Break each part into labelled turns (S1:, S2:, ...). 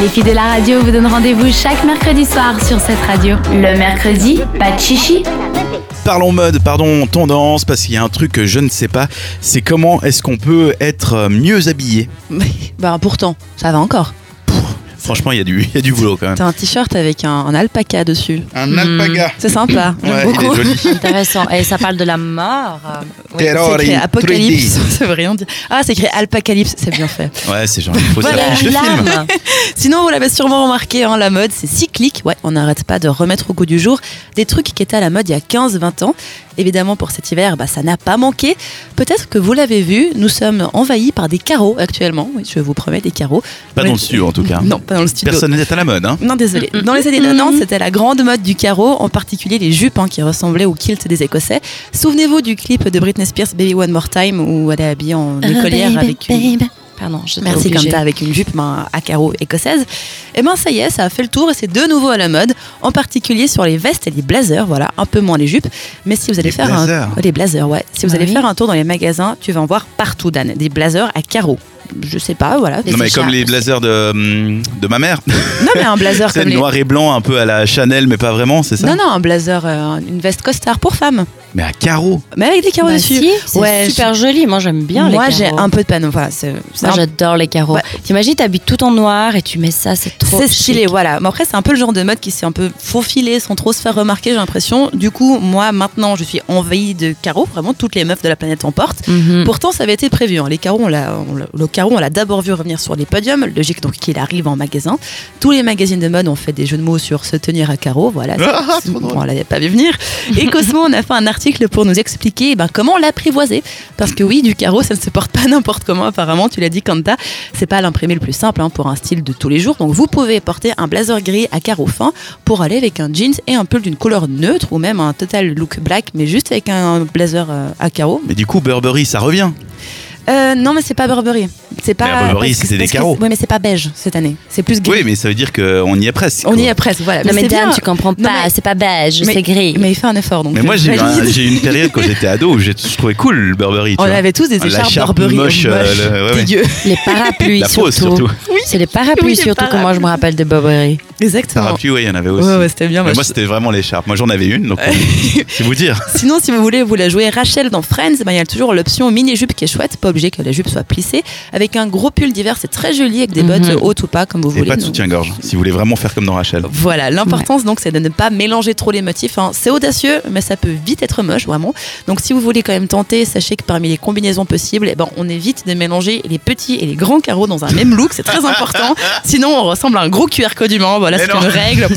S1: Les filles de la radio vous donnent rendez-vous chaque mercredi soir sur cette radio. Le mercredi, pas de chichi.
S2: Parlons mode, pardon, tendance, parce qu'il y a un truc que je ne sais pas, c'est comment est-ce qu'on peut être euh, mieux habillé.
S3: Bah pourtant, ça va encore.
S2: Franchement, il y, a du- il y a du boulot quand même.
S3: T'as un t-shirt avec un, un alpaca dessus.
S2: Un
S1: alpaga.
S3: C'est sympa. Hmm. J'aime
S2: Ouais, il est
S3: beaucoup.
S2: joli.
S4: Intéressant. Et ça parle de la mort. Oui.
S3: C'est écrit Apocalypse, ça veut rien dire. Ah, c'est écrit Alpacalypse, c'est bien fait.
S2: Ouais, c'est genre une fausse
S3: Voilà,
S2: affiche de film.
S4: L'âme.
S3: Sinon, vous l'avez sûrement remarqué, hein, la mode, c'est cyclique. Ouais, on n'arrête pas de remettre au goût du jour des trucs qui étaient à la mode il y a 15-20 ans. Évidemment, pour cet hiver, bah, ça n'a pas manqué. Peut-être que vous l'avez vu, nous sommes envahis par des carreaux actuellement. Oui, je vous promets, des carreaux.
S2: Pas
S3: Oui.
S2: dans le hein. sud en tout cas.
S3: Non, pas dans le studio.
S2: Personne n'est à la mode, hein.
S3: Non, désolé.
S4: Mm,
S3: Dans les années 90, c'était la grande mode du carreau, en particulier les jupes hein, qui ressemblaient au kilt des Écossais. Souvenez-vous du clip de Britney Spears, Baby One More Time, où elle est habillée en
S4: Euh,
S3: écolière avec une
S4: Pardon, je
S3: Merci comme ça, avec une jupe ben, à carreaux écossaise. Et ben ça y est, ça a fait le tour et c'est de nouveau à la mode, en particulier sur les vestes et les blazers, voilà, un peu moins les jupes. Mais si vous allez
S2: Les
S3: faire
S2: blazers.
S3: un Oh, les blazers, ouais, si vous
S4: Ah
S3: allez
S4: oui.
S3: faire un tour dans les magasins, tu vas en voir partout Dan, des blazers à carreaux. Je sais pas, voilà.
S4: Des
S2: Non mais comme
S4: écharpes.
S2: les blazers de, hum, de ma mère,
S3: Non mais un blazer
S2: c'est
S3: comme les...
S2: noir et blanc un peu à la Chanel mais pas vraiment, c'est ça
S3: Non non, un blazer, euh, une veste costard pour femme,
S2: Mais à carreaux.
S3: mais avec des carreaux
S4: Bah
S3: dessus.
S4: si, c'est
S3: Ouais,
S4: super joli. Moi, j'aime bien les
S3: Moi
S4: carreaux.
S3: j'ai un peu de panneau, voilà. c'est- c'est
S4: Moi,
S3: un-
S4: j'adore les carreaux.
S3: Ouais.
S4: T'imagines, t'habites tout en noir et tu mets ça, c'est trop.
S3: C'est stylé,
S4: chic.
S3: voilà. Mais après, c'est un peu le genre de mode qui s'est un peu faufilé sans trop se faire remarquer, j'ai l'impression. Du coup, moi, maintenant, je suis envahie de carreaux. Vraiment, toutes les meufs de la planète en portent.
S4: Mhm.
S3: Pourtant, ça avait été prévu. hein. Les carreaux, on l'a- on l'a- le carreau, on l'a d'abord vu revenir sur les podiums. Logique, donc, qu'il arrive en magasin. Tous les magazines de mode ont fait des jeux de mots sur se tenir à carreau. Voilà.
S2: Ah,
S3: C'est- bon, on l'avait pas vu venir. Et Cosmo, on a fait un article pour nous expliquer eh ben, comment l'apprivoiser. Parce que oui, du carreau, ça ne se porte pas n'importe comment, apparemment. Tu l'as dit, Kanta. C'est pas l'imprimé le plus simple hein, pour un style de tous les jours. Donc, vous pouvez porter un blazer gris à carreaux fins pour aller avec un jeans et un pull d'une couleur neutre ou même un total look black, mais juste avec un blazer euh, à carreaux.
S2: Mais du coup Burberry ça revient.
S3: Euh, non, mais c'est pas Burberry. C'est pas.
S2: Mais à Burberry,
S3: parce que-
S2: c'était des
S3: parce que-
S2: carreaux.
S3: Ouais, mais c'est pas beige cette année. C'est plus gris.
S2: Oui mais ça veut dire qu'on y est presque.
S3: On y
S2: quoi.
S3: est presque, voilà.
S4: Non mais
S3: c'est
S4: Dan,
S3: bien.
S4: tu comprends
S3: Non,
S4: pas.
S3: mais-
S4: C'est pas beige,
S3: mais-
S4: c'est gris.
S3: Mais il fait un effort donc. euh,
S2: Mais moi
S3: je
S2: j'ai eu, un-
S3: valide.
S2: j'ai eu une période quand j'étais ado où j'ai- je trouvais cool le Burberry. Tu
S3: On
S2: vois.
S3: avait tous des
S2: Ah, La
S3: écharpes
S2: charpe
S3: Burberry
S2: moche,
S3: moches,
S2: euh, le- ouais, ouais.
S3: dégueu.
S4: Les parapluies
S2: La
S4: surtout.
S2: pose surtout.
S4: C'est les parapluies
S3: Oui, les
S4: surtout que moi je me
S3: parapluies.
S4: rappelle de Burberry.
S3: Exactement.
S2: Parapluie, oui, il y en avait aussi.
S3: Ouais, ouais, c'était bien.
S2: Mais
S3: moi,
S2: moi
S3: je-
S2: c'était vraiment l'écharpe. Moi j'en avais une donc c'est vous dire.
S3: Sinon, si vous voulez vous la jouer Rachel dans Friends, ben, il y a toujours l'option mini-jupe qui est chouette, pas obligé que la jupe soit plissée, avec un gros pull d'hiver, c'est très joli, avec des bottes
S4: Mhm.
S3: hautes ou pas, comme vous
S2: Et
S3: voulez.
S2: pas de
S3: donc-
S2: soutien-gorge si vous voulez vraiment faire comme dans Rachel.
S3: Voilà, l'importance donc c'est de ne pas mélanger trop les motifs. hein. C'est audacieux, mais ça peut vite être moche vraiment. Donc si vous voulez quand même tenter, sachez que parmi les combinaisons possibles, eh ben, on évite de mélanger les petits et les grands carreaux dans un même look. C'est très important. Sinon, on ressemble à un gros QR code humain. Voilà,
S2: Mais
S3: c'est
S2: non.
S3: une règle.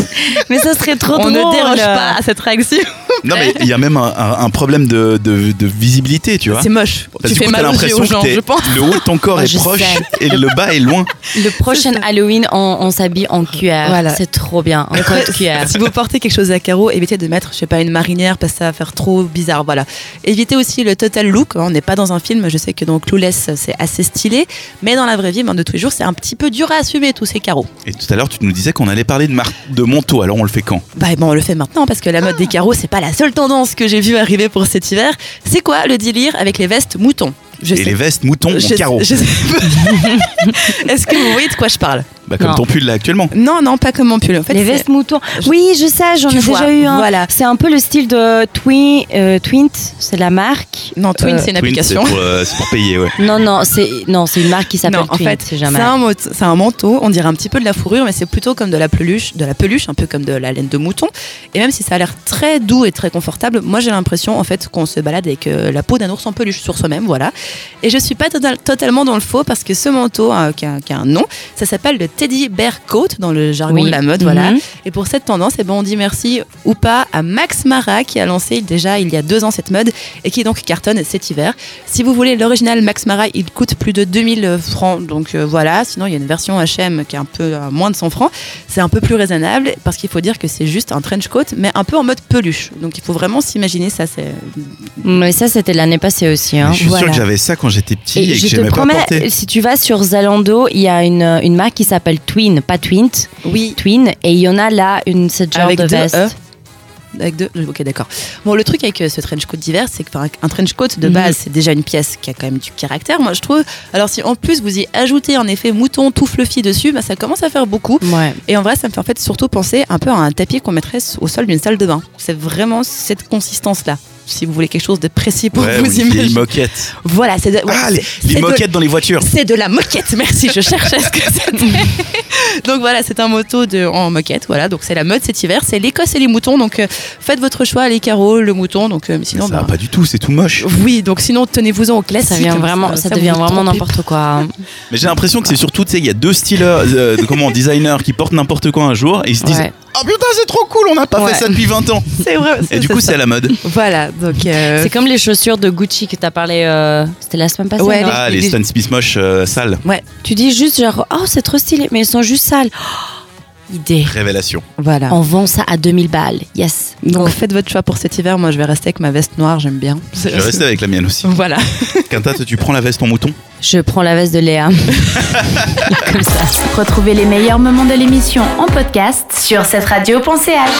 S4: Mais ça serait trop
S3: on
S4: drôle.
S3: ne déroge pas à cette règle. Si-
S2: Non mais il y a même un, un- un problème de, de- de visibilité tu vois.
S3: C'est moche.
S2: Parce
S3: tu
S2: que du
S3: fais
S2: coup, t'as
S3: mal aux yeux
S2: l'impression
S3: aux
S2: que
S3: gens,
S2: t'es-
S3: je pense.
S2: le haut de ton corps
S4: Ah,
S2: est
S4: je
S2: proche
S4: sais.
S2: et le bas est loin.
S4: Le prochain Halloween, on, on s'habille en cuir.
S3: Voilà.
S4: C'est trop bien. En code cuir.
S3: Si vous portez quelque chose à carreaux, évitez de mettre, je sais pas, une marinière parce que ça va faire trop bizarre. Voilà. Évitez aussi le total look. hein, On n'est pas dans un film. Je sais que dans Clueless, c'est assez stylé, mais dans la vraie vie, ben, de tous les jours, c'est un petit peu dur à assumer tous ces carreaux.
S2: Et tout à l'heure, tu nous disais qu'on allait parler de, mar- de manteau, alors on le fait quand
S3: Bah bon, on le fait maintenant parce que la
S4: Ah.
S3: mode des carreaux, c'est pas la seule tendance que j'ai vue arriver pour cet hiver. C'est quoi le délire avec les vestes moutons Je
S2: Et les vestes moutons
S3: Je
S2: en
S3: sais-
S2: carreau.
S3: je sais- Est-ce que vous voyez de quoi je parle
S2: Bah, comme
S4: Non.
S2: ton pull là actuellement.
S3: Non, non, pas comme mon pull. En fait,
S4: les
S3: c'est-
S4: vestes moutons. Oui, je sais, j'en ai
S3: Tu vois,
S4: déjà eu un.
S3: voilà.
S4: C'est un peu le style de Twin, euh, Twint, c'est la marque.
S3: Non, Twin,
S4: Euh,
S3: c'est une
S2: Twin, c'est
S3: application.
S2: pour, euh, c'est pour payer, ouais.
S4: Non, non, c'est non, c'est une marque qui s'appelle
S3: Non, en
S4: Twint,
S3: fait,
S4: c'est
S3: c'est
S4: jamais.
S3: un, mot- c'est un manteau, on dirait un petit peu de la fourrure, mais c'est plutôt comme de la peluche, de la peluche, un peu comme de la laine de mouton. Et même si ça a l'air très doux et très confortable, moi j'ai l'impression en fait qu'on se balade avec euh, la peau d'un ours en peluche sur soi-même, voilà. Et je suis pas total- totalement dans le faux parce que ce manteau euh, qui, a, qui a un nom, ça s'appelle le teddy bear coat dans le jargon
S4: Oui.
S3: de la mode, voilà.
S4: Mhm.
S3: Et pour cette tendance, eh ben, on dit merci ou pas à Max Mara qui a lancé déjà il y a deux ans cette mode et qui donc cartonne cet hiver. Si vous voulez l'original Max Mara, il coûte plus de 2000 francs. Donc euh, voilà, sinon il y a une version HM qui est un peu à moins de 100 francs. C'est un peu plus raisonnable parce qu'il faut dire que c'est juste un trench coat mais un peu en mode peluche. Donc il faut vraiment s'imaginer ça. C'est
S4: Mais ça, c'était l'année passée aussi. hein.
S2: Mais je suis
S4: Voilà.
S2: sûr que j'avais ça quand j'étais petit et,
S4: Et
S2: que
S4: je
S2: j'aimais
S4: te
S2: pas
S4: promets, euh,
S2: porter.
S4: si tu vas sur Zalando, il y a une, une marque qui s'appelle Twin, pas Twint,
S3: oui.
S4: Twin, et il y en a là une cette genre
S3: Avec
S4: de
S3: deux
S4: veste.
S3: E. avec deux. Ok, d'accord. Bon, le truc avec euh, ce trench coat d'hiver, c'est qu'un un trench coat de
S4: Mhm.
S3: base, c'est déjà une pièce qui a quand même du caractère, moi je trouve. Alors si en plus vous y ajoutez en effet mouton tout fluffy dessus, bah, ça commence à faire beaucoup.
S4: Ouais.
S3: Et en vrai, ça me fait en fait surtout penser un peu à un tapis qu'on mettrait au sol d'une salle de bain. C'est vraiment cette consistance-là. Si vous voulez quelque chose de précis pour
S2: Ouais, ou
S3: vous
S2: une vieille
S3: imaginer.
S2: moquette.
S3: Voilà, c'est de, ouais,
S2: Ah, les,
S3: c'est-
S2: les
S3: c'est de-
S2: moquettes dans les voitures.
S3: c'est de la moquette, merci, je cherchais ce que c'était. donc voilà, c'est un moto de, en moquette, voilà, donc c'est la mode cet hiver, c'est l'Écosse et les moutons, donc euh, faites votre choix, les carreaux, le mouton, donc euh, mais sinon...
S2: ça va
S3: bah,
S2: pas du tout, c'est tout moche.
S3: oui, donc sinon tenez-vous-en au classique.
S4: Ça, vient vraiment, Ah ça, devient vraiment n'importe quoi.
S2: Mais j'ai l'impression que c'est surtout, tu sais, il y a deux styles euh, comment, designers qui portent n'importe quoi un jour et ils se disent
S4: Ouais.
S2: Oh putain, c'est trop cool, on n'a pas
S3: Ouais.
S2: fait ça depuis 20 ans.
S3: C'est vrai.
S2: Et du coup, c'est à la mode.
S3: Voilà, donc... euh,
S4: C'est comme les chaussures de Gucci que t'as parlé. euh, C'était la semaine passée.
S3: Ouais,
S4: non
S2: Ah, les Stan Smith moches euh, sales.
S4: Tu dis juste genre, oh, c'est trop stylé, mais elles sont juste sales. Oh, idée.
S2: Révélation.
S3: voilà.
S4: On vend ça à 2000 balles. Yes.
S3: Donc
S4: Ouais.
S3: faites votre choix pour cet hiver, moi je vais rester avec ma veste noire, j'aime bien.
S2: Je vais rester avec la mienne aussi.
S3: Voilà.
S2: Quinta, toi, tu prends la veste en mouton
S4: Je prends la veste de Léa. comme ça.
S1: Retrouvez les meilleurs moments de l'émission en podcast sur cette radio.ch.